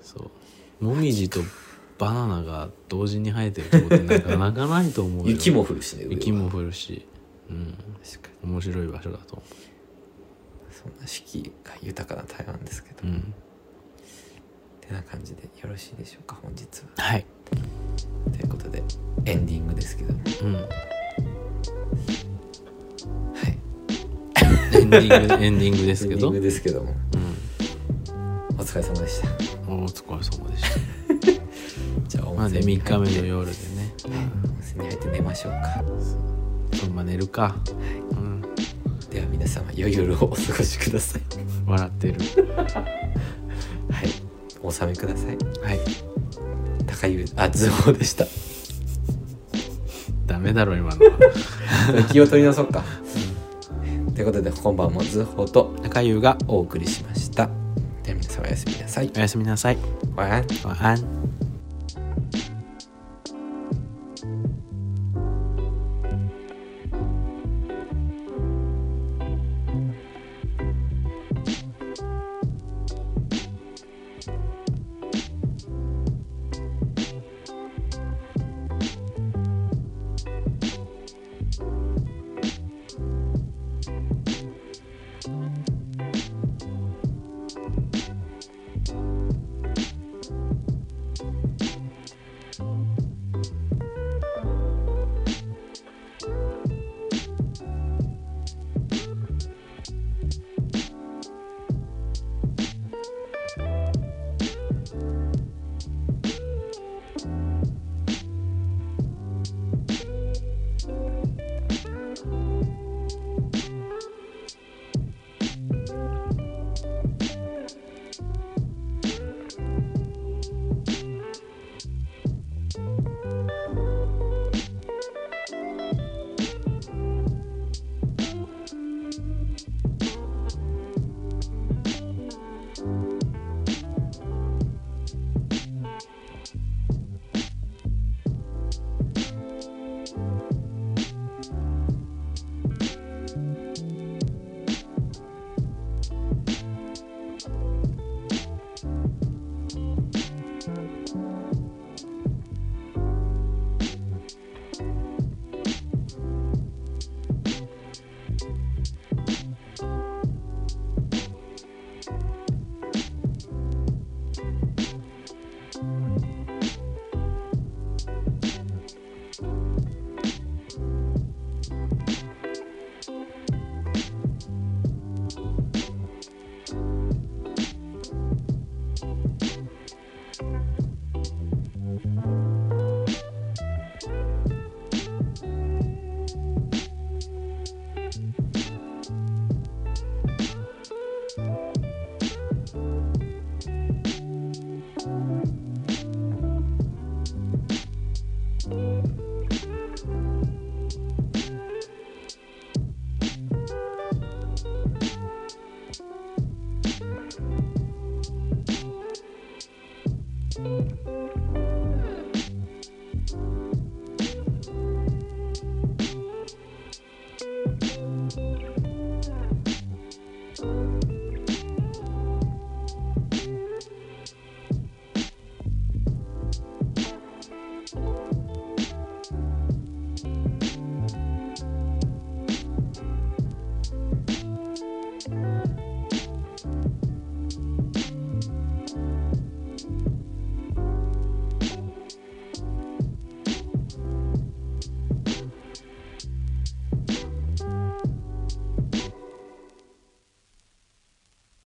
Speaker 2: そうもみじとバナナが同時に生えてるとこって なかなかないと思うよ
Speaker 1: 雪も降るしね上は
Speaker 2: 雪も降るし、うん、
Speaker 1: 確かに
Speaker 2: 面白い場所だと思
Speaker 1: そんな四季が豊かな台湾ですけど、
Speaker 2: う、うん、
Speaker 1: てな感じでよろしいでしょうか本日は
Speaker 2: はい、
Speaker 1: ということでエンディングですけどもは
Speaker 2: うん、
Speaker 1: い
Speaker 2: エンディングエンディングですけ
Speaker 1: エンディン
Speaker 2: ど
Speaker 1: グ、ですけどもお疲れ様でした
Speaker 2: うん、お疲れ様でした
Speaker 1: じゃあ
Speaker 2: まあ
Speaker 1: 温
Speaker 2: ね
Speaker 1: 泉に入っ
Speaker 2: 3日目
Speaker 1: て、
Speaker 2: の夜でね、
Speaker 1: 温泉に入って寝ましょうか
Speaker 2: うん、まあ寝るか、うん、
Speaker 1: では皆様良い夜をお過ごしください
Speaker 2: 笑ってる
Speaker 1: はいお納めください
Speaker 2: はい
Speaker 1: 高湯あズボーでした
Speaker 2: ダメだろ今のは
Speaker 1: 気を取り除こうかということで今晩もズボーと
Speaker 2: 中優が
Speaker 1: お送りしましたでは皆様おやすみなさい
Speaker 2: おやすみなさい
Speaker 1: 晚安
Speaker 2: 晚安